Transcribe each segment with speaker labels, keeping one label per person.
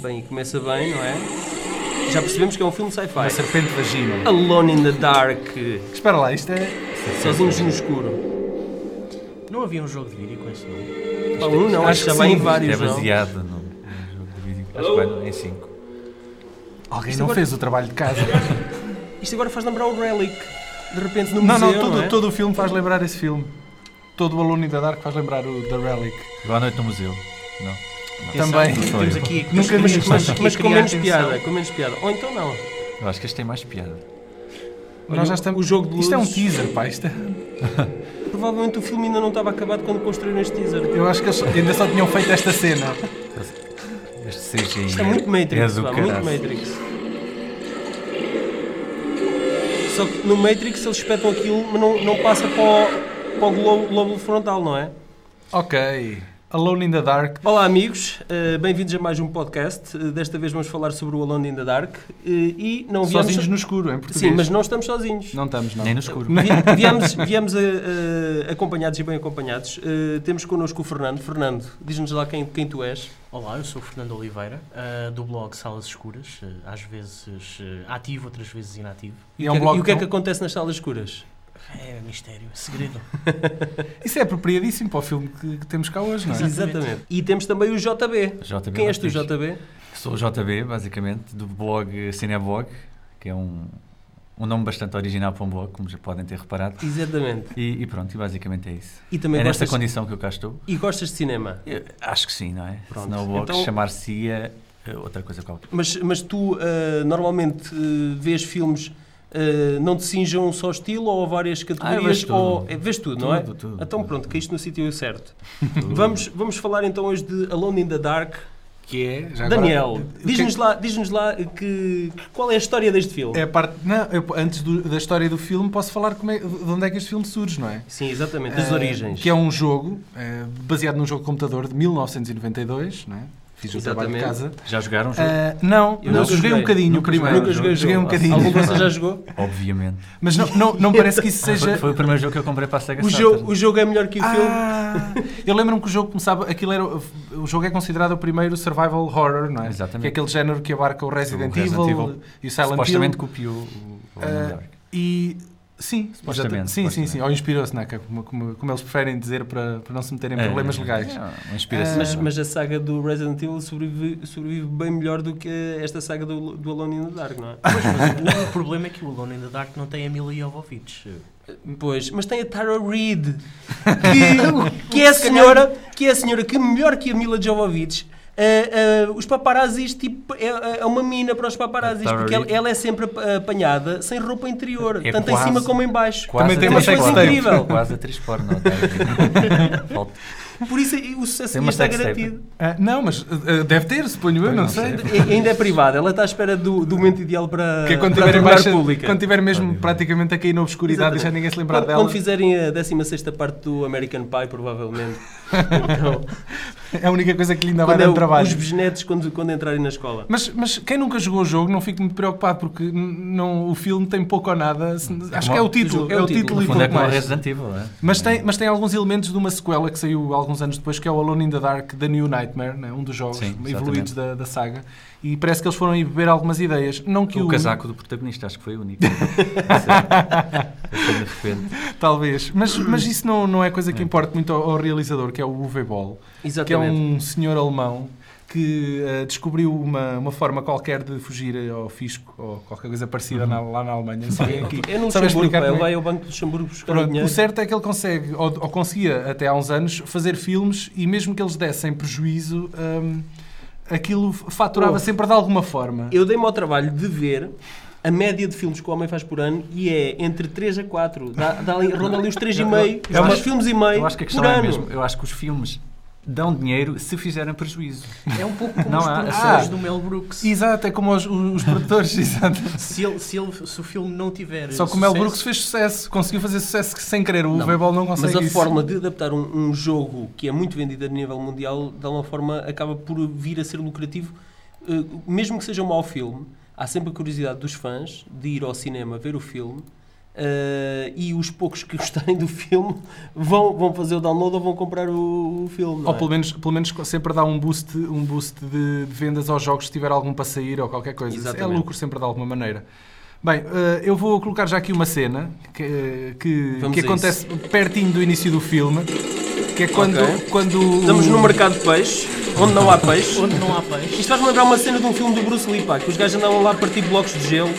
Speaker 1: bem e começa bem, não é? Já percebemos que é um filme
Speaker 2: Uma
Speaker 1: sci-fi.
Speaker 2: serpente vagina.
Speaker 1: Alone in the Dark,
Speaker 2: Espera lá, isto é.
Speaker 1: Sozinhos no Escuro.
Speaker 3: Não havia um jogo de vídeo com esse nome?
Speaker 1: Pá, um não,
Speaker 2: acho
Speaker 1: acho que já
Speaker 2: que
Speaker 1: vai em
Speaker 2: sim.
Speaker 1: vários.
Speaker 4: É
Speaker 1: não?
Speaker 4: baseado no no jogo de vídeo. Acho que vai no- em 5.
Speaker 2: Alguém
Speaker 1: Isto
Speaker 2: não
Speaker 1: agora-
Speaker 2: fez o trabalho de casa.
Speaker 1: Isto agora faz lembrar o Relic. De repente no
Speaker 2: Não,
Speaker 1: museu,
Speaker 2: não,
Speaker 1: não,
Speaker 2: todo,
Speaker 1: é?
Speaker 2: todo o filme faz lembrar esse filme. Todo o aluno da Dark faz lembrar o The Relic.
Speaker 4: Boa noite no museu. Não.
Speaker 3: Atenção,
Speaker 2: Também.
Speaker 3: Temos aqui,
Speaker 2: Nunca
Speaker 3: temos
Speaker 2: vi
Speaker 3: aqui-
Speaker 2: isto.
Speaker 3: aqui
Speaker 1: Mas com
Speaker 3: criar
Speaker 1: menos
Speaker 3: atenção.
Speaker 1: piada, com menos piada. Ou então não.
Speaker 4: Eu acho que este tem mais piada.
Speaker 1: Olha,
Speaker 2: Nós
Speaker 1: o-
Speaker 2: já estamos...
Speaker 1: o jogo de
Speaker 2: Isto é um
Speaker 1: luzes.
Speaker 2: teaser, pá. Isto é-
Speaker 1: Provavelmente o filme ainda não estava acabado quando construíram este teaser.
Speaker 2: Eu acho que eles ainda só tinham feito esta cena.
Speaker 4: Este CGI.
Speaker 1: Isto é muito Matrix,
Speaker 4: És o
Speaker 1: pá, muito
Speaker 4: caraças.
Speaker 1: Matrix. Só que no Matrix eles espetam aquilo, mas não, não passa para o, para o globo, lóbulo frontal, não é?
Speaker 2: Ok. Alone in the Dark.
Speaker 1: Olá amigos, eh, bem-vindos a mais um podcast. Eh, Desta vez vamos falar sobre o Alone in the Dark. Eh, E não viemos...
Speaker 2: Sozinhos no escuro, em português.
Speaker 1: Sim, mas não estamos sozinhos.
Speaker 2: Não estamos, não.
Speaker 4: Nem no escuro.
Speaker 1: Vi- Viemos, viemos eh, eh, acompanhados e bem acompanhados. Eh, temos connosco o Fernando. Fernando, diz-nos lá quem, quem tu és.
Speaker 3: Olá, eu sou o Fernando Oliveira, ah, do blog Salas Escuras, ah, às vezes ah, ativo, outras vezes inativo.
Speaker 2: E
Speaker 1: E,
Speaker 2: é um
Speaker 1: o que é que- e o
Speaker 2: blog...
Speaker 1: que é que acontece nas salas escuras?
Speaker 3: É mistério, é segredo.
Speaker 2: Isso é apropriadíssimo para o filme que, que temos cá hoje, não é?
Speaker 3: Exatamente.
Speaker 1: E temos também o JB.
Speaker 4: JB
Speaker 1: Quem é és tu,
Speaker 4: Martins.
Speaker 1: JB?
Speaker 4: Sou o JB, basicamente, do blog Cineblog, que é um, um nome bastante original para um blog, como já podem ter reparado.
Speaker 1: Exatamente.
Speaker 4: E, e pronto, e basicamente é isso.
Speaker 1: E também
Speaker 4: é nesta
Speaker 1: gostas,
Speaker 4: condição que eu cá estou?
Speaker 1: e gostas de cinema.
Speaker 4: Eu acho que sim, não é?
Speaker 1: Pronto.
Speaker 4: Senão o blog
Speaker 1: Então-
Speaker 4: chamar-se-ia eh, outra coisa qualquer.
Speaker 1: Mas, mas tu ah, normalmente ah, vês filmes, ah, não te cinjam um só estilo ou várias categorias?
Speaker 4: vejo
Speaker 1: ou
Speaker 4: Ah, tudo.
Speaker 1: é, vês tudo, não é?
Speaker 4: Tudo, tudo,
Speaker 1: então
Speaker 4: tudo.
Speaker 1: pronto, caíste no sítio certo. Vamos, vamos falar então hoje de Alone in the Dark.
Speaker 2: Que é... já agora-
Speaker 1: Daniel,
Speaker 2: O que é que-
Speaker 1: diz-nos lá, diz lá que, que- qual é a história deste filme.
Speaker 2: É a parte... Não, eu- antes do- da história do filme, posso falar como é- de onde é que este filme surge, não é?
Speaker 1: Sim, exatamente, das
Speaker 2: Eh,
Speaker 1: origens.
Speaker 2: Que é um jogo, eh, baseado num jogo de computador de 1992, não é? Fiz o trabalho de
Speaker 1: Exatamente.
Speaker 2: casa.
Speaker 4: Já jogaram o Um jogo?
Speaker 1: É.
Speaker 2: Eh, não,
Speaker 1: Eu
Speaker 2: não,
Speaker 1: nunca
Speaker 2: joguei um
Speaker 1: joguei.
Speaker 2: bocadinho o
Speaker 4: Nunca
Speaker 2: primeiro.
Speaker 4: joguei.
Speaker 1: Nunca joguei o
Speaker 2: joguei um
Speaker 1: jogo.
Speaker 2: bocadinho.
Speaker 1: Algum de vocês já jogou?
Speaker 4: Obviamente.
Speaker 2: Mas não, não, não parece que isso seja.
Speaker 4: Foi, foi o primeiro jogo que eu comprei para a Sega
Speaker 1: O
Speaker 4: Saturn.
Speaker 1: jogo, o jogo é melhor que o filme.
Speaker 2: Ah, eu lembro-me que o jogo começava. Aquilo era, o jogo é considerado o primeiro survival horror, não é?
Speaker 4: Exatamente.
Speaker 2: Que é aquele género que abarca o Resident,
Speaker 4: O Resident
Speaker 2: Evil,
Speaker 4: Evil.
Speaker 2: e o Silent Hill.
Speaker 4: Supostamente copiou o
Speaker 2: Ah,
Speaker 4: o Alone in the Dark.
Speaker 2: E. Sim,
Speaker 4: Supostamente,
Speaker 2: exatamente. sim, sim,
Speaker 4: supostamente.
Speaker 2: sim. Ou inspirou-se, não é? Que é Como, como, como eles preferem dizer para, para não se meterem em problemas
Speaker 4: É,
Speaker 2: legais.
Speaker 4: é uma inspiração.
Speaker 1: Mas, mas a saga do Resident Evil sobrevive, sobrevive bem melhor do que esta saga do, do Alone in the Dark, não é?
Speaker 3: Pois, mas o, o problema é que o Alone in the Dark não tem a Mila Jovovich.
Speaker 1: Pois, mas tem a Tara Reid, que, que é a senhora que é a senhora que melhor que a Mila Jovovich. ah, ah, os paparazzis, tipo, é, é uma mina para os paparazzis,
Speaker 4: A Tara
Speaker 1: porque ela,
Speaker 4: Reid.
Speaker 1: ela é sempre ap- apanhada sem roupa interior,
Speaker 4: É
Speaker 1: tanto
Speaker 4: quase-
Speaker 1: em cima como em baixo.
Speaker 4: Quase
Speaker 2: Também tem
Speaker 4: atriz
Speaker 2: uma
Speaker 4: porno.
Speaker 2: sextape.
Speaker 1: Incrível.
Speaker 4: Quase atriz porno. tá aqui. Falta-
Speaker 1: Por isso e o sucesso
Speaker 4: Tem
Speaker 1: ainda
Speaker 4: uma
Speaker 1: está
Speaker 4: sextape.
Speaker 1: garantido.
Speaker 2: Ah, não, mas ah, deve ter, suponho eu,
Speaker 4: Pois
Speaker 2: não,
Speaker 4: não
Speaker 2: sei.
Speaker 4: sei.
Speaker 1: E- ainda é privada, ela está à espera do, do momento ideal para,
Speaker 2: Que é quando
Speaker 1: para
Speaker 2: tiver, em
Speaker 1: tornar
Speaker 2: baixa-
Speaker 1: pública.
Speaker 2: quando tiver mesmo
Speaker 4: Olha.
Speaker 2: praticamente a cair na obscuridade
Speaker 1: Exatamente.
Speaker 2: e já ninguém se lembrar
Speaker 1: Quando,
Speaker 2: dela,
Speaker 1: quando fizerem a 16 parte do American Pie, provavelmente. Então,
Speaker 2: é a única coisa que lhe ainda vai
Speaker 1: quando é
Speaker 2: dar
Speaker 1: o-
Speaker 2: trabalho.
Speaker 1: os bisnetos quando, quando entrarem na escola.
Speaker 2: Mas, mas quem nunca jogou o jogo não fico muito preocupado porque n- não, o filme tem pouco ou nada. se- acho que é o título,
Speaker 1: jogo.
Speaker 2: é o título
Speaker 4: No
Speaker 2: e
Speaker 4: fundo é
Speaker 2: pouco
Speaker 4: como o
Speaker 2: mais.
Speaker 4: Resident Evil, é?
Speaker 2: Mas tem, mas tem alguns elementos de uma sequela que saiu alguns anos depois, que é o Alone in the Dark da New Nightmare, né? um dos jogos
Speaker 4: Sim, exatamente.
Speaker 2: evoluídos da, da saga. E parece que eles foram aí beber algumas ideias. Não que
Speaker 4: O
Speaker 2: o,
Speaker 4: casaco do protagonista, acho que foi o único. Não sei. Foi de repente.
Speaker 2: Talvez. Mas, mas isso não, não é coisa que
Speaker 4: É.
Speaker 2: importa muito ao, ao realizador, que é o Uwe Boll. que é
Speaker 1: Exatamente.
Speaker 2: um senhor alemão que eh, descobriu uma, uma forma qualquer de fugir ao fisco ou qualquer coisa parecida
Speaker 4: Uhum.
Speaker 2: na- lá na Alemanha. Não sei aqui.
Speaker 1: É no Luxemburgo,
Speaker 2: Sabe explicar
Speaker 1: pá, ele
Speaker 2: como é?
Speaker 1: vai ao Banco de Luxemburgo buscar o
Speaker 2: Pronto,
Speaker 1: dinheiro.
Speaker 2: o certo é que ele consegue, ou, ou conseguia até há uns anos, fazer filmes e mesmo que eles dessem prejuízo, hum, aquilo faturava
Speaker 1: Pronto.
Speaker 2: sempre de alguma forma.
Speaker 1: Eu dei-me ao trabalho de ver a média de filmes que o homem faz por ano e é entre 3 a 4. Dá, dá ali, ronda ali os 3,5,
Speaker 4: Eu-
Speaker 1: os
Speaker 4: eu-
Speaker 1: 3
Speaker 4: eu acho-
Speaker 1: filmes e meio
Speaker 4: Eu acho que a
Speaker 1: por
Speaker 4: questão é
Speaker 1: ano.
Speaker 4: mesmo. Eu acho que os filmes dão dinheiro se fizerem prejuízo.
Speaker 3: É um pouco como
Speaker 4: Não,
Speaker 3: os
Speaker 4: há-
Speaker 3: produtores
Speaker 2: ah,
Speaker 3: do Mel Brooks.
Speaker 2: Exato, é como os, os produtores, exato.
Speaker 3: Se, ele, se, ele- se o filme não tiver
Speaker 2: Só que o Mel
Speaker 3: sucesso-
Speaker 2: Brooks fez sucesso, conseguiu fazer sucesso que sem querer. O
Speaker 4: Não.
Speaker 2: Uwe Boll não consegue
Speaker 1: Mas a
Speaker 2: isso.
Speaker 1: forma de adaptar um, um jogo que é muito vendido a nível mundial, de alguma forma, acaba por vir a ser lucrativo. Eh, mesmo que seja um mau filme, há sempre a curiosidade dos fãs de ir ao cinema ver o filme. eh, e os poucos que gostarem do filme vão, vão fazer o download ou vão comprar o, o filme. não
Speaker 2: Ou
Speaker 1: é?
Speaker 2: pelo menos, pelo menos sempre dá um boost, um boost de, de vendas aos jogos se tiver algum para sair ou qualquer coisa.
Speaker 1: Exatamente.
Speaker 2: É lucro sempre de alguma maneira. Bem, eh, eu vou colocar já aqui uma cena que, eh, que,
Speaker 1: Vamos
Speaker 2: que
Speaker 1: a
Speaker 2: acontece pertinho do início do filme, que é quando...
Speaker 1: Ok.
Speaker 2: quando
Speaker 1: Estamos no mercado de peixe, onde não há peixe.
Speaker 3: Onde não há peixe.
Speaker 1: Isto faz-me lembrar uma cena de um filme do Bruce Lee, pá, que os gajos andavam lá a partir blocos de gelo.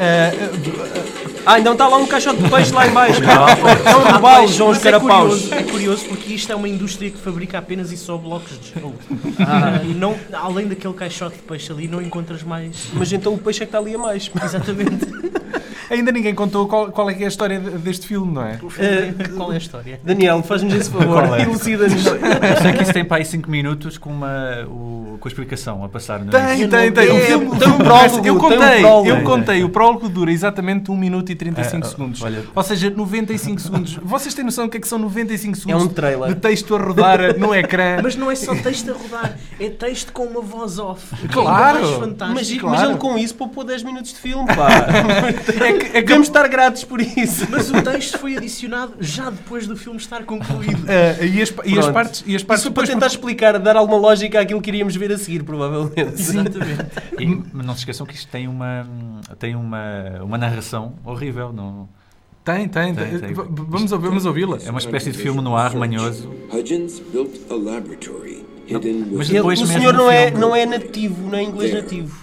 Speaker 2: Eh,
Speaker 1: Ah, então está lá um caixote de peixe lá em baixo. São de balos, são os
Speaker 3: Mas é
Speaker 1: carapaus.
Speaker 3: curioso, é curioso porque isto é uma indústria que fabrica apenas e só blocos de gelo. Ah, não, além daquele caixote de peixe ali, não encontras mais.
Speaker 1: Mas então o peixe é que está ali a mais.
Speaker 3: Exatamente.
Speaker 2: ainda ninguém contou qual, qual é que é a história de- deste filme, não é?
Speaker 3: Qual é a história?
Speaker 1: Daniel, faz-nos esse favor,
Speaker 2: Qual é?
Speaker 1: elucida-nos.
Speaker 4: Eu sei que isso tem para aí 5 minutos com, uma, o- com a explicação a passar. Não é?
Speaker 2: Tem, tem, tem.
Speaker 1: É,
Speaker 2: O filme-
Speaker 1: tem um
Speaker 2: o filme começa-
Speaker 1: prólogo,
Speaker 2: eu
Speaker 1: tem um
Speaker 2: contei,
Speaker 1: prólogo.
Speaker 2: eu contei. O prólogo dura exatamente 1 minuto e 35
Speaker 4: É,
Speaker 2: segundos.
Speaker 4: olha-
Speaker 2: Ou seja, 95 segundos. Vocês têm noção do que é que são 95
Speaker 1: É
Speaker 2: segundos
Speaker 1: um
Speaker 2: de
Speaker 1: trailer.
Speaker 2: texto a rodar no ecrã?
Speaker 3: Mas não é só texto a rodar, é texto com uma voz off.
Speaker 2: Claro.
Speaker 3: Ainda mais
Speaker 1: Mas,
Speaker 3: fantástico.
Speaker 1: mas
Speaker 2: claro.
Speaker 1: ele com isso poupou 10 minutos de filme, pá.
Speaker 2: É que- é que-
Speaker 1: Devemos estar gratos por isso.
Speaker 3: Mas o texto foi adicionado já depois do filme estar concluído.
Speaker 2: Ah, e, as, e as
Speaker 1: é, Pronto.
Speaker 2: partes, e as partes
Speaker 1: Isso foi para
Speaker 2: depois-
Speaker 1: tentar explicar, dar alguma lógica àquilo que iríamos ver a seguir, provavelmente.
Speaker 3: Exatamente.
Speaker 1: É
Speaker 4: E não se esqueçam que isto tem uma, tem uma, uma narração horrível. Não,
Speaker 2: Tem, tem, tem.
Speaker 4: Tem, tem.
Speaker 2: V- v- Vamos, ouvi- vamos ouvi-la.
Speaker 4: é uma espécie de filme no ar manhoso.
Speaker 5: Hudgens built a laboratory hidden
Speaker 4: mas
Speaker 5: with
Speaker 1: Ele-
Speaker 4: Depois
Speaker 1: o
Speaker 4: mesmo
Speaker 1: senhor
Speaker 4: no
Speaker 1: não é,
Speaker 4: filme.
Speaker 1: não é nativo, não é inglês nativo.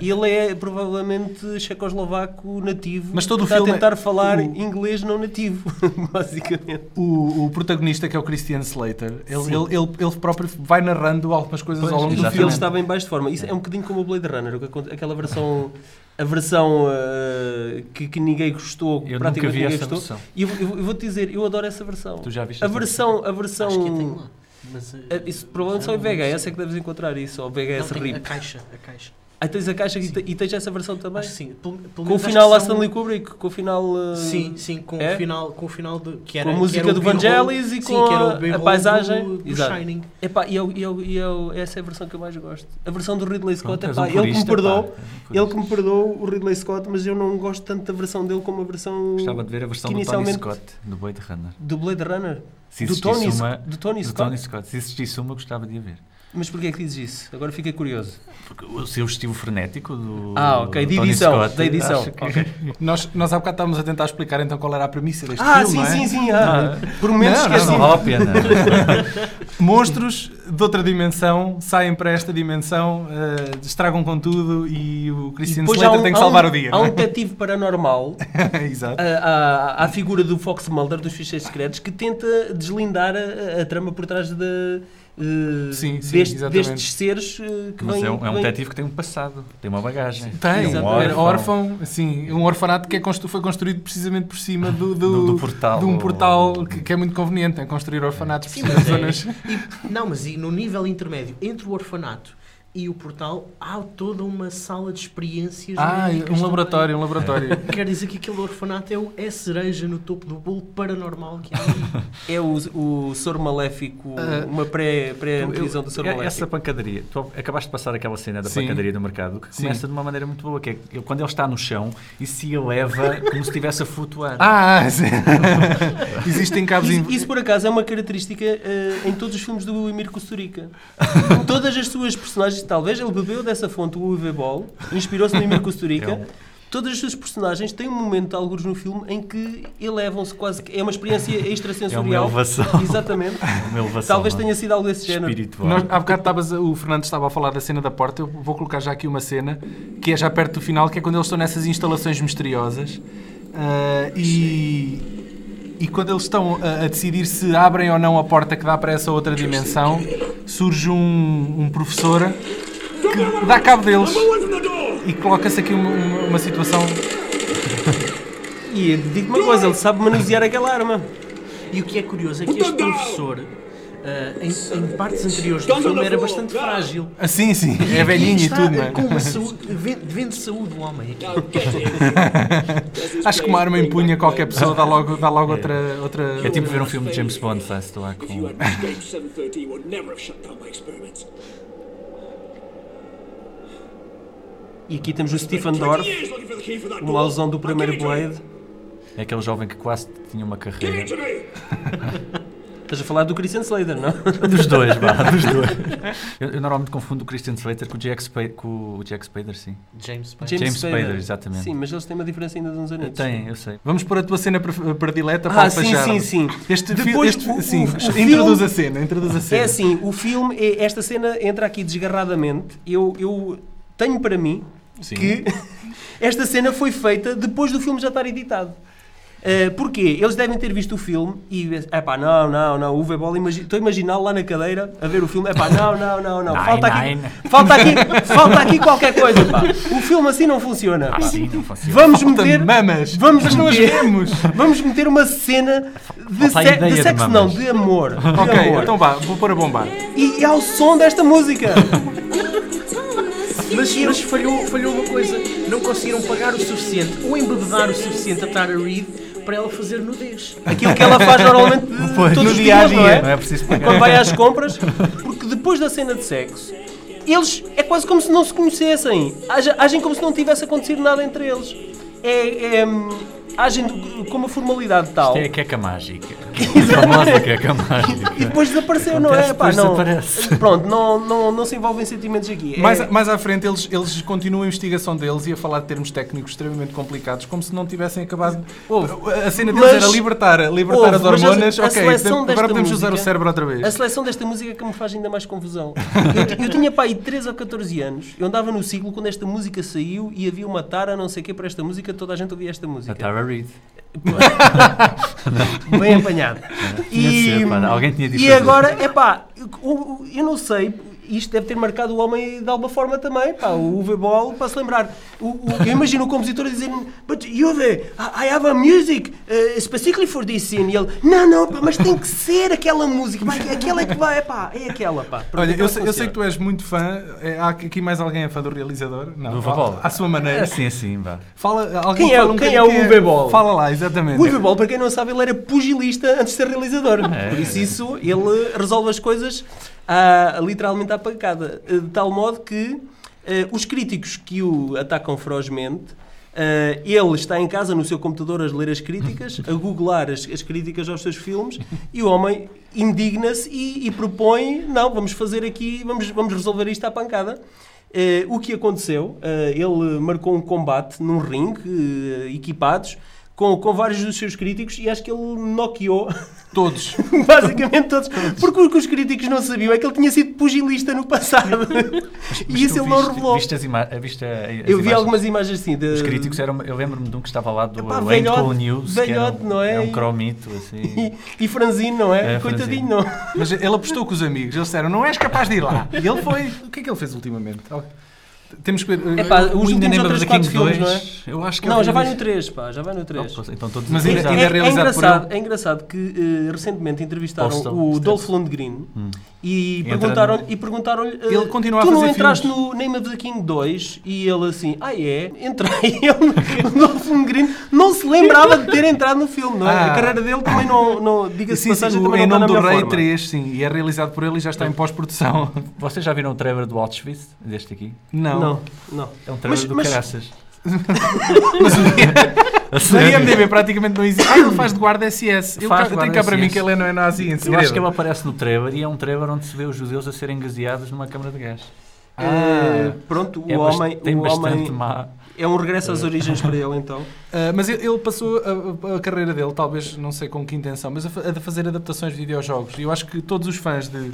Speaker 1: Ele é provavelmente checoslovaco nativo.
Speaker 2: Mas todo o
Speaker 1: que está
Speaker 2: filme
Speaker 1: a
Speaker 2: é-
Speaker 1: tentar falar
Speaker 2: o-
Speaker 1: inglês não nativo, basicamente.
Speaker 2: O, o protagonista, que é o Christian Slater, ele, ele, ele, ele próprio vai narrando algumas coisas
Speaker 4: Pois,
Speaker 2: ao longo
Speaker 1: E
Speaker 4: exatamente.
Speaker 1: ele
Speaker 2: do filme.
Speaker 1: estava em baixo de forma. Isso é um bocadinho como o Blade Runner, o que aconte- aquela versão. A versão eh, que, que ninguém gostou, que
Speaker 4: Eu nunca
Speaker 1: praticamente
Speaker 4: vi
Speaker 1: ninguém
Speaker 4: essa
Speaker 1: gostou.
Speaker 4: versão.
Speaker 1: E eu, eu- eu vou te dizer, eu adoro essa versão.
Speaker 4: Tu já viste
Speaker 1: A
Speaker 4: essa
Speaker 1: versão. A versão.
Speaker 3: Acho que eu tenho lá. Mas, eh,
Speaker 1: eh, um- isso provavelmente só em
Speaker 3: já não
Speaker 1: VHS é
Speaker 3: sei.
Speaker 1: que é deves encontrar isso, ou
Speaker 3: Não,
Speaker 1: VHS
Speaker 3: tenho a
Speaker 1: RIP.
Speaker 3: caixa, a caixa.
Speaker 1: Aí tens a caixa e,
Speaker 3: Sim.
Speaker 1: te- e tens essa versão também?
Speaker 3: Acho que sim. Pelo- pelo
Speaker 1: Com o
Speaker 3: menos acho que
Speaker 1: final lá
Speaker 3: são- um-
Speaker 1: Stanley Kubrick, com o final. eh,
Speaker 3: Sim, sim, com
Speaker 1: É?
Speaker 3: o final, com o final do que era
Speaker 1: Com a
Speaker 3: que
Speaker 1: música
Speaker 3: era o
Speaker 1: do
Speaker 3: B-roll-
Speaker 1: Vangelis e
Speaker 3: sim,
Speaker 1: com
Speaker 3: que era
Speaker 1: a-
Speaker 3: o
Speaker 1: a
Speaker 3: B-roll
Speaker 1: paisagem.
Speaker 3: do, do
Speaker 1: Exato.
Speaker 3: Shining.
Speaker 1: Epá, e eu, e eu, e eu, essa é a versão que eu mais gosto. A versão do Ridley Scott,
Speaker 4: Pronto, és
Speaker 1: epá,
Speaker 4: um
Speaker 1: ele que me
Speaker 4: purista,
Speaker 1: perdoou.
Speaker 4: pá, és um purista.
Speaker 1: Ele que me perdoou, o Ridley Scott, mas eu não gosto tanto da versão dele como a versão
Speaker 4: Gostava de ver a versão
Speaker 1: que
Speaker 4: do Tony
Speaker 1: inicialmente-
Speaker 4: Scott, do Blade Runner.
Speaker 1: do Blade Runner.
Speaker 4: Se
Speaker 1: do,
Speaker 4: existisse
Speaker 1: Tony, Sc-
Speaker 4: uma-
Speaker 1: do Tony
Speaker 4: do
Speaker 1: Scott.
Speaker 4: Tony Scott. Se existisse uma, eu gostava de a ver.
Speaker 1: Mas porquê é que dizes isso? Agora fiquei curioso.
Speaker 4: Porque o seu estilo frenético do.
Speaker 1: Ah, ok, de
Speaker 4: do Tony
Speaker 1: edição,
Speaker 4: Scott,
Speaker 1: da edição.
Speaker 4: acho que-
Speaker 2: Nós, nós há bocado estávamos a tentar explicar então qual era a premissa deste
Speaker 1: ah,
Speaker 2: filme.
Speaker 1: sim,
Speaker 2: não é?
Speaker 1: sim, sim. Ah, por
Speaker 2: Não,
Speaker 1: momentos
Speaker 2: não,
Speaker 1: esqueci.
Speaker 4: Não vale a pena.
Speaker 2: Monstros de outra dimensão saem para esta dimensão, eh, estragam com tudo e o
Speaker 1: E
Speaker 2: Christian
Speaker 1: há
Speaker 2: Slater tem que salvar
Speaker 1: há um-
Speaker 2: o dia.
Speaker 1: Há
Speaker 2: não
Speaker 1: um
Speaker 2: é?
Speaker 1: detetive paranormal
Speaker 2: Exato.
Speaker 1: à, à- à figura do Fox Mulder dos Ficheiros Secretos que tenta deslindar a, a trama por trás da, eh,
Speaker 2: Sim, sim,
Speaker 1: deste-
Speaker 2: exatamente.
Speaker 1: destes seres eh, que
Speaker 4: Mas
Speaker 1: vêm.
Speaker 4: é um, é um
Speaker 1: que vêm-
Speaker 4: detetive que tem um passado, tem uma bagagem.
Speaker 2: Tem,
Speaker 4: um
Speaker 2: exatamente. órfão, sim, um orfanato que é constru- foi construído precisamente por cima do,
Speaker 1: É
Speaker 2: do,
Speaker 4: Do- do portal.
Speaker 2: de um portal que, que é muito conveniente, é construir orfanatos por
Speaker 3: Sim,
Speaker 2: cima
Speaker 3: mas
Speaker 2: de zonas.
Speaker 3: é- e- não, mas e no nível intermédio, entre o orfanato e o portal, há toda uma sala de experiências.
Speaker 2: Ah,
Speaker 3: médicas
Speaker 2: um
Speaker 3: também.
Speaker 2: laboratório, um laboratório.
Speaker 3: Quer dizer que aquele orfanato é, o- é a cereja no topo do bolo paranormal que há ali.
Speaker 1: É o, o Sor Maléfico,
Speaker 2: Ah, é,
Speaker 1: uma pré-
Speaker 4: Eu-
Speaker 1: pré-prisão do Sor
Speaker 4: eu- essa
Speaker 1: Maléfico.
Speaker 4: pancadaria, tu acabaste de passar aquela cena da
Speaker 2: Sim.
Speaker 4: pancadaria do mercado que
Speaker 2: Sim.
Speaker 4: começa de uma maneira muito boa, que é que ele- quando ele está no chão e se eleva como se estivesse a flutuar.
Speaker 2: ah, sim. Existem cabos...
Speaker 1: Isso,
Speaker 2: inv-
Speaker 1: isso, por acaso, é uma característica eh, em todos os filmes do Emir Kusturica. Em Todas as suas personagens, talvez ele bebeu dessa fonte o UV Ball, inspirou-se no Emir Kusturica.
Speaker 4: É um-
Speaker 1: Todas as suas personagens têm um momento, alguns no filme, em que elevam-se quase que. É uma experiência
Speaker 4: é uma
Speaker 1: extrasensorial.
Speaker 4: elevação.
Speaker 1: Exatamente.
Speaker 4: Uma elevação
Speaker 1: Talvez
Speaker 4: não é?
Speaker 1: tenha sido algo desse género.
Speaker 4: espiritual.
Speaker 2: Nós, há bocado estavas- o Fernando estava a falar da cena da porta. Eu vou colocar já aqui uma cena que é já perto do final, que é quando eles estão nessas instalações misteriosas ah, e, e quando eles estão a, a decidir se abrem ou não a porta que dá para essa outra dimensão, surge um, um professor que dá cabo deles e coloca-se aqui uma, uma, uma situação.
Speaker 1: E digo uma coisa, ele sabe manusear aquela arma.
Speaker 3: E o que é curioso é que este professor, ah, em, em partes anteriores do filme, era bastante frágil.
Speaker 2: Assim, sim, é
Speaker 3: Aqui
Speaker 2: velhinho e
Speaker 3: está
Speaker 2: tudo, não é?
Speaker 3: Com uma saúde, vende, vende saúde o homem. aqui.
Speaker 2: Acho que uma arma empunha qualquer pessoa, dá logo, dá logo outra, outra.
Speaker 4: É tipo ver um filme de James Bond, faz-te lá
Speaker 5: If you
Speaker 4: com.
Speaker 5: hadn't escaped 730, you would never have shut down my experiments.
Speaker 1: E aqui temos o Stephen Dorff, uma alusão do primeiro Blade.
Speaker 4: É aquele jovem que quase tinha uma carreira.
Speaker 1: Estás a falar do Christian Slater, não?
Speaker 4: Dos dois, vá, dos dois. Eu, eu normalmente confundo o Christian Slater com o Jack, Spa com o Jack Spader, sim.
Speaker 3: James Spader.
Speaker 4: James Spader, exatamente.
Speaker 1: Sim, mas eles têm uma diferença ainda de uns anos.
Speaker 4: Tem, eu sei.
Speaker 2: Vamos pôr a tua cena pre- predileta para
Speaker 1: Ah,
Speaker 2: o
Speaker 1: sim, sim, sim.
Speaker 2: Este, fi-
Speaker 1: Depois
Speaker 2: este fi-
Speaker 1: o- o-
Speaker 2: sim,
Speaker 1: o filme-
Speaker 2: introduz a cena, introduz a cena.
Speaker 1: É assim, o filme, é- esta cena entra aqui desgarradamente. Eu, eu tenho para mim
Speaker 2: Sim.
Speaker 1: que esta cena foi feita depois do filme já estar editado. Ah, porquê? Eles devem ter visto o filme e é pá, não, não, não, o Vebola, imagi- estou a imaginá-lo lá na cadeira a ver o filme, é pá, não, não, não, não, falta, aqui, falta, aqui, falta aqui qualquer coisa, pá. O filme assim não funciona. pá.
Speaker 4: Ah, Sim, não funciona.
Speaker 1: Vamos
Speaker 2: Falta
Speaker 1: meter,
Speaker 2: mamas.
Speaker 1: vamos
Speaker 2: Mas não as
Speaker 1: meter-
Speaker 2: vemos.
Speaker 1: vamos meter uma cena de,
Speaker 4: Falta a
Speaker 1: se- de
Speaker 4: ideia de
Speaker 1: sexo,
Speaker 4: mamas.
Speaker 1: não, de amor. de
Speaker 2: Ok,
Speaker 1: amor.
Speaker 2: então vá, vou pôr a bombar.
Speaker 1: E é ao som desta música.
Speaker 3: Mas, mas falhou, falhou uma coisa. Não conseguiram pagar o suficiente ou embebedar o suficiente a Tara Reid para ela fazer nudez.
Speaker 1: Aquilo que ela faz normalmente de-
Speaker 4: Pois,
Speaker 1: todos
Speaker 4: no
Speaker 1: os
Speaker 4: dia a
Speaker 1: dias, não
Speaker 4: dia, não
Speaker 1: é?
Speaker 4: é preciso pagar.
Speaker 1: Quando vai às compras, porque depois da cena de sexo, eles é quase como se não se conhecessem. Age- Agem como se não tivesse acontecido nada entre eles. É, é, hum, agem do- com uma formalidade tal.
Speaker 4: É a queca mágica. é A famosa queca mágica.
Speaker 1: E depois desapareceu, não é?
Speaker 4: Acontece,
Speaker 1: Pá,
Speaker 4: depois
Speaker 1: não,
Speaker 4: desaparece.
Speaker 1: pronto, não, não, não se envolvem sentimentos aqui. É-
Speaker 2: Mais, mais à frente, eles, eles continuam a investigação deles e a falar de termos técnicos extremamente complicados, como se não tivessem acabado. a cena deles
Speaker 1: Mas-
Speaker 2: era libertar, libertar
Speaker 1: Ouve,
Speaker 2: as
Speaker 1: mas a-
Speaker 2: hormonas.
Speaker 1: a
Speaker 2: ok,
Speaker 1: seleção
Speaker 2: então
Speaker 1: desta
Speaker 2: agora podemos usar o
Speaker 1: música-
Speaker 2: cérebro outra
Speaker 1: A
Speaker 2: vez.
Speaker 1: seleção desta música é que me faz ainda mais confusão. Eu, ti- eu tinha pai 13 ou 14 anos, eu andava no ciclo quando esta música saiu e havia uma tara, não sei o que, para esta música, toda a gente ouvia esta
Speaker 4: A
Speaker 1: música.
Speaker 4: Tara Reid.
Speaker 1: Bem apanhado.
Speaker 4: Tinha de ser, pá, alguém tinha de
Speaker 1: e
Speaker 4: fazer.
Speaker 1: agora, é pá, eu, eu não sei, isto deve ter marcado o homem de alguma forma também, pá, o Uwe Boll, para se lembrar. O, o- eu imagino o compositor a dizer But Uwe, I I have a music eh, specifically for this scene. E ele, não, não, pá, mas tem que ser aquela música, pá, aquela é que vai, é pá, é aquela, pá. Pronto,
Speaker 2: Olha,
Speaker 1: então
Speaker 2: eu sei, eu sei
Speaker 1: funciona.
Speaker 2: que tu és muito fã. É, há aqui aqui mais alguém é fã do realizador? Não.
Speaker 4: Do Vavol.
Speaker 2: À, à sua
Speaker 4: É
Speaker 2: maneira.
Speaker 4: assim, assim, vá.
Speaker 2: Fala, alguém
Speaker 1: Quem é-
Speaker 2: fala um
Speaker 1: quem é
Speaker 2: bocadinho
Speaker 1: o Uwe Boll?
Speaker 2: Fala lá, exatamente.
Speaker 1: O Uwe Boll, para quem não sabe, ele era pugilista antes de ser realizador. Por isso, isso, ele resolve as coisas à- literalmente à pancada. Eh, De tal modo que eh, os críticos que o atacam ferozmente. eh, ele está em casa no seu computador a ler as críticas, a googlar as, as críticas aos seus filmes e o homem indigna-se e, e propõe: não, vamos fazer aqui, vamos, vamos resolver isto à pancada. Eh, o que aconteceu? eh, ele marcou um combate num ringue, eh, equipados, com, com vários dos seus críticos e acho que ele noqueou
Speaker 2: Todos.
Speaker 1: basicamente todos. Porque o que os críticos não sabiam é que ele tinha sido pugilista no passado.
Speaker 4: Mas
Speaker 1: e isso
Speaker 4: tu
Speaker 1: ele não
Speaker 4: viste-
Speaker 1: revelou.
Speaker 4: Viste as ima- eh, viste a- as
Speaker 1: Eu vi
Speaker 4: imagens?
Speaker 1: algumas imagens assim. De...
Speaker 4: Os críticos eram. Eu lembro-me de um que estava lá do
Speaker 1: Epá,
Speaker 4: Lane
Speaker 1: velhote,
Speaker 4: Cole News. que era
Speaker 1: velhote,
Speaker 4: um,
Speaker 1: não é?
Speaker 4: era um cromito, assim.
Speaker 1: E, e franzino, não é?
Speaker 4: É,
Speaker 1: Coitadinho,
Speaker 4: franzino.
Speaker 1: não.
Speaker 2: Mas ele apostou com os amigos. Eles disseram, não és capaz de ir lá. E ele foi. O que é que ele fez ultimamente? Oh, Temos que ver.
Speaker 1: Epá,
Speaker 4: O
Speaker 1: os
Speaker 4: Ainda
Speaker 1: últimos
Speaker 4: Neighbor
Speaker 1: ou 3,
Speaker 4: the
Speaker 1: 4
Speaker 4: King
Speaker 1: filmes, não é?
Speaker 4: 2, Eu acho que
Speaker 1: Não,
Speaker 4: eu
Speaker 1: já vai no
Speaker 4: vi-
Speaker 1: 3, pá, já vai no 3.
Speaker 4: Oh, Então todos
Speaker 2: Mas
Speaker 4: os-
Speaker 2: ainda-
Speaker 4: já.
Speaker 2: ainda-
Speaker 1: é,
Speaker 2: é realizado por
Speaker 1: engraçado, é engraçado que eh, recentemente entrevistaram
Speaker 4: Postal,
Speaker 1: o
Speaker 2: então?
Speaker 4: Steps.
Speaker 1: Dolph Lundgren e
Speaker 4: Entra
Speaker 1: perguntaram-lhe
Speaker 4: no-
Speaker 1: e perguntaram-lhe eh,
Speaker 2: Hum. Ele continua a
Speaker 1: tu não
Speaker 2: fazer
Speaker 1: entraste
Speaker 2: filmes?"
Speaker 1: no Name of the King 2 e ele assim, ah é, entrei ele, o Dolph Lundgren não se lembrava de ter entrado no filme, não é?
Speaker 2: Ah.
Speaker 1: A carreira dele também não, não diga-se de
Speaker 2: Sim, sim,
Speaker 1: passagem,
Speaker 2: o,
Speaker 1: também
Speaker 2: em
Speaker 1: não
Speaker 2: nome
Speaker 1: está
Speaker 2: do
Speaker 1: na minha forma.
Speaker 2: Rei 3, sim, e é realizado por ele e já está em pós-produção.
Speaker 4: Vocês já viram o trailer do Auschwitz? Deste aqui?
Speaker 2: Não.
Speaker 1: Não, não.
Speaker 4: É um
Speaker 1: Mas-
Speaker 4: trailer do
Speaker 1: mas-
Speaker 4: caraças.
Speaker 2: Mas o dia-
Speaker 4: A
Speaker 2: na
Speaker 4: sério?
Speaker 2: IMDB praticamente não existe. Ah, ele faz de guarda SS. Eu,
Speaker 4: Faz
Speaker 2: faz
Speaker 4: de
Speaker 2: eu
Speaker 4: guarda
Speaker 2: tenho cá para mim
Speaker 4: SS.
Speaker 2: que ele não é nazi em
Speaker 4: Eu
Speaker 2: segredo.
Speaker 4: acho que ele aparece no trailer e é um trailer onde se vê os judeus a serem gaseados numa câmara de gás.
Speaker 2: Ah.
Speaker 1: Eh, pronto, o
Speaker 4: É bast-
Speaker 1: homem,
Speaker 4: tem
Speaker 1: o
Speaker 4: bastante
Speaker 1: homem
Speaker 4: má.
Speaker 1: é um regresso às origens para ele então.
Speaker 2: Ah, mas ele ele passou a, a- a carreira dele, talvez, não sei com que intenção, mas a, fa- a de fazer adaptações de videojogos. E eu acho que todos os fãs de,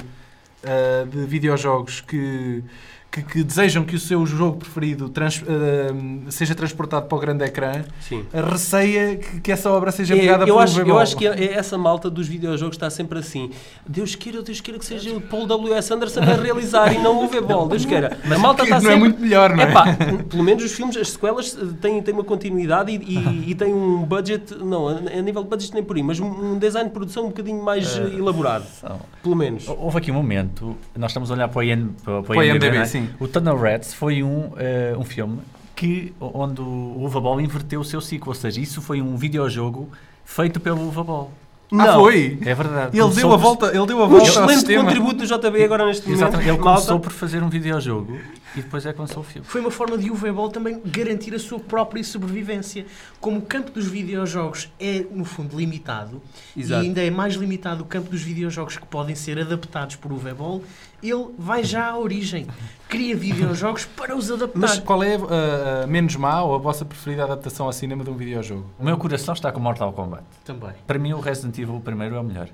Speaker 2: ah, de videojogos que, que, que desejam que o seu jogo preferido trans- ah, seja transportado para o grande ecrã,
Speaker 1: Sim.
Speaker 2: receia que, que essa obra seja
Speaker 1: É,
Speaker 2: pegada um
Speaker 1: eu
Speaker 2: pelo
Speaker 1: acho, eu
Speaker 2: Bebol.
Speaker 1: acho que é- é essa malta dos videojogos está sempre assim. Deus queira, Deus queira que seja o Paul W.S. Anderson a realizar e não o V-Ball. Deus queira. a malta
Speaker 2: que
Speaker 1: está
Speaker 2: não
Speaker 1: sempre...
Speaker 2: é muito melhor, não é?
Speaker 1: Epá, n- pelo menos os filmes, as sequelas eh, têm, têm uma continuidade e, e, e têm um budget, não, a, a nível de budget nem por aí, mas um, um design de produção um bocadinho mais eh, elaborado,
Speaker 4: São-
Speaker 1: pelo menos.
Speaker 2: Ah,
Speaker 4: Houve aqui um momento, nós estamos a olhar para o, IN, para, para
Speaker 2: Para o
Speaker 4: o IMDb,
Speaker 2: IMDb,
Speaker 4: não é?
Speaker 2: sim.
Speaker 4: O Tunnel Rats foi um, eh, um filme que, onde o Uva Ball inverteu o seu ciclo, ou seja, isso foi um videojogo feito pelo Uva Ball.
Speaker 2: Ah,
Speaker 1: Não.
Speaker 2: foi?
Speaker 4: É verdade.
Speaker 2: Ele
Speaker 4: Começou
Speaker 2: deu a
Speaker 4: por-
Speaker 2: volta, ele deu a
Speaker 1: Um
Speaker 2: volta ao
Speaker 1: excelente
Speaker 2: sistema.
Speaker 1: contributo do JB agora neste momento.
Speaker 4: Exatamente, ele
Speaker 1: malta.
Speaker 4: começou por fazer um videojogo e depois é que lançou o filme.
Speaker 3: Foi uma forma de o V-Ball também garantir a sua própria sobrevivência. Como o campo dos videojogos é, no fundo, limitado,
Speaker 1: Exato.
Speaker 3: e ainda é mais limitado o campo dos videojogos que podem ser adaptados por o V-Ball, ele vai já à origem. Cria videojogos para os adaptar.
Speaker 2: Mas qual é a- a menos má ou a vossa preferida adaptação ao cinema de um videojogo?
Speaker 4: O meu coração está com Mortal Kombat.
Speaker 3: Também.
Speaker 4: Para mim, o Resident Evil, o primeiro, é o melhor.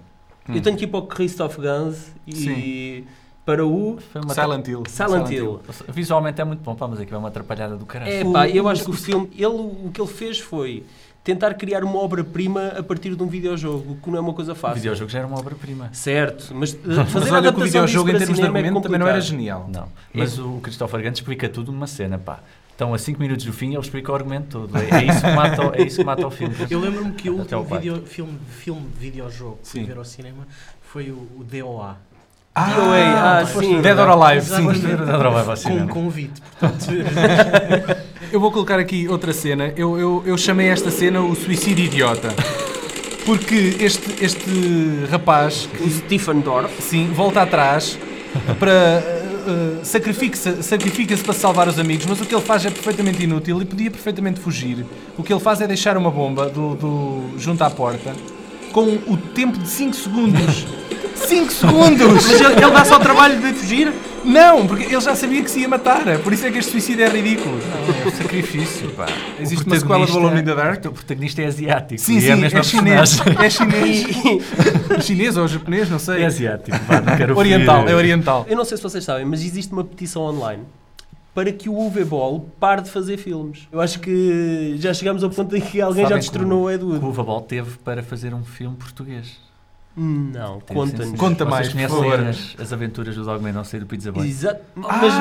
Speaker 1: Eu tenho que ir para o Christoph Gans e para o
Speaker 4: Foi uma
Speaker 2: Silent Hill.
Speaker 1: Silent Hill.
Speaker 4: Visualmente é muito bom, pá, mas aquilo é uma atrapalhada do caralho.
Speaker 1: É pá, eu acho que o filme, ele, o que ele fez foi tentar criar uma obra-prima a partir de um videojogo, o que não é uma coisa
Speaker 4: O
Speaker 1: fácil.
Speaker 4: videojogo já era uma obra-prima.
Speaker 1: Certo, mas eh,
Speaker 2: Mas
Speaker 1: fazer a
Speaker 2: olha que o
Speaker 1: adaptação disso
Speaker 2: videojogo em
Speaker 1: para
Speaker 2: termos de
Speaker 1: cinema é
Speaker 2: argumento também não era
Speaker 1: complicado.
Speaker 2: genial.
Speaker 4: Não, mas o Christopher Gantz explica tudo numa cena, pá. Então, a 5 minutos do fim, ele explica o argumento todo. É, é isso, que mata, o- é isso que mata o filme.
Speaker 3: Eu lembro-me que o
Speaker 4: Até
Speaker 3: último
Speaker 4: ao quarto.
Speaker 3: video, filme, filme videojogo que fui
Speaker 2: Sim.
Speaker 3: ver ao cinema foi o, o DOA.
Speaker 1: Ah, ah, sim.
Speaker 2: Dead or Alive, sim.
Speaker 3: Exatamente.
Speaker 4: Dead or Alive ao
Speaker 3: Com um
Speaker 4: cinema.
Speaker 3: convite, portanto.
Speaker 2: Eu vou colocar aqui outra cena. Eu, eu, eu chamei esta cena o suicídio idiota. Porque este, este rapaz,
Speaker 1: O Stephen Dorff,
Speaker 2: sim, volta atrás para. uh, uh, sacrifica-se sacrifica-se para salvar os amigos, mas o que ele faz é perfeitamente inútil e podia perfeitamente fugir. O que ele faz é deixar uma bomba do, do- junto à porta com o tempo de 5 segundos. 5 segundos!
Speaker 1: mas ele, ele dá só o trabalho de fugir?
Speaker 2: Não, porque ele já sabia que se ia matar, é por isso é que este suicídio é ridículo.
Speaker 4: É um sacrifício, pá. O
Speaker 2: Existe uma sequela do
Speaker 1: é
Speaker 4: protagonista-
Speaker 2: Alone in the Dark?
Speaker 4: O protagonista é asiático.
Speaker 2: Sim,
Speaker 4: e
Speaker 2: sim,
Speaker 4: é a mesma
Speaker 2: é chinês.
Speaker 4: personagem.
Speaker 2: É chinês. chinês ou japonês, não sei.
Speaker 4: É asiático, pá, não quero
Speaker 2: oriental, é
Speaker 4: ferir.
Speaker 2: oriental.
Speaker 1: Eu não sei se vocês sabem, mas existe uma petição online para que o UV Ball pare de fazer filmes. Eu acho que já chegamos ao ponto em que alguém já
Speaker 4: Sabem
Speaker 1: destronou o Ed
Speaker 4: O
Speaker 1: Wood.
Speaker 4: Uva Ball teve para fazer um filme português.
Speaker 1: Não,
Speaker 4: Teve, sim,
Speaker 1: conta-nos.
Speaker 4: sim.
Speaker 2: Conta
Speaker 4: Vocês
Speaker 2: mais, por
Speaker 4: conhecem
Speaker 2: favor.
Speaker 4: As, as aventuras do Dogman ao sair do Pizza Boy.
Speaker 1: Exa- Mas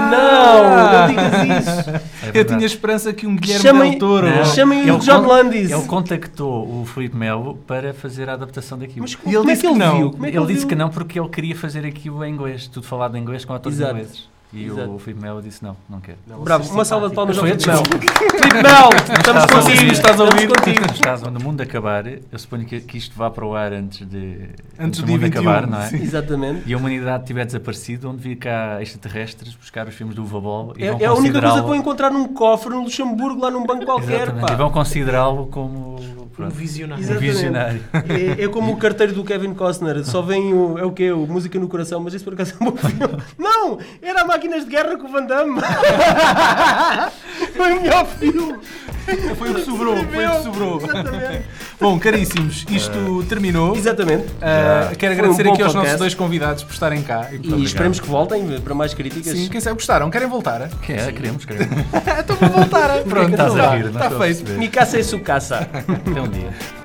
Speaker 1: não, não
Speaker 2: Ah!
Speaker 1: digas isso.
Speaker 4: É
Speaker 2: Eu
Speaker 4: verdade.
Speaker 2: tinha esperança que um Guilherme
Speaker 1: Chamem-
Speaker 2: Del Toro...
Speaker 4: Não. é
Speaker 1: Chamem o
Speaker 4: Ele
Speaker 1: John
Speaker 4: con-
Speaker 1: Landis.
Speaker 4: Ele contactou o Filipe Melo para fazer a adaptação daquilo.
Speaker 1: Mas
Speaker 2: ele
Speaker 1: como é
Speaker 2: disse
Speaker 1: que ele
Speaker 2: que não.
Speaker 1: viu? Como é
Speaker 4: ele disse
Speaker 1: viu?
Speaker 4: que não porque ele queria fazer aquilo em inglês, tudo falado em inglês com atores
Speaker 1: Exato.
Speaker 4: ingleses. E
Speaker 1: Exato.
Speaker 4: o Filipe Melo disse não, não quero.
Speaker 1: Bravo, uma salva de palmas ao
Speaker 4: Foi
Speaker 1: Filipe
Speaker 4: antes,
Speaker 1: Melo. Filipe Melo, estamos
Speaker 4: Estás a ouvir,
Speaker 1: contigo, estás a ouvir. contigo.
Speaker 4: Estás quando o mundo acabar, eu suponho que, que isto vá para o ar antes de
Speaker 2: Antes do
Speaker 4: do mundo
Speaker 2: dia 21,
Speaker 4: acabar, não é?
Speaker 2: sim.
Speaker 1: Exatamente.
Speaker 4: E a humanidade tiver desaparecido, onde vir cá extraterrestres buscar os filmes do Uva Bob e
Speaker 1: É,
Speaker 4: vão
Speaker 1: é a única coisa que
Speaker 4: considerá-lo-
Speaker 1: vou encontrar num cofre no Luxemburgo, lá num banco qualquer,
Speaker 4: Exatamente,
Speaker 1: pá.
Speaker 4: E vão considerá-lo como
Speaker 3: um
Speaker 4: pronto,
Speaker 3: visionário.
Speaker 4: um
Speaker 1: Exatamente.
Speaker 4: visionário.
Speaker 1: É, é como o carteiro do Kevin Costner, só vem o, é o quê? O Música no Coração, mas isso por acaso é um bom filme. Não! Era Máquinas de Guerra com o Van Damme! Foi o melhor filme!
Speaker 2: Foi o que sobrou, foi o que sobrou.
Speaker 1: Exatamente!
Speaker 2: Bom, caríssimos, isto terminou.
Speaker 1: Exatamente.
Speaker 2: Ah, quero
Speaker 1: Foi
Speaker 2: agradecer
Speaker 1: um bom
Speaker 2: aqui aos nossos
Speaker 1: podcast.
Speaker 2: dois convidados por estarem cá. E,
Speaker 1: E esperemos que Então voltem para mais críticas.
Speaker 2: Sim, quem sabe gostaram? Querem voltar?
Speaker 4: Que é, queremos, queremos.
Speaker 2: Então vou voltar. Pronto,
Speaker 4: Estás a
Speaker 2: vá,
Speaker 4: rir, não
Speaker 2: está
Speaker 4: estou a
Speaker 2: feito.
Speaker 4: perceber.
Speaker 1: Mikasa é sua caça.
Speaker 4: Até um dia.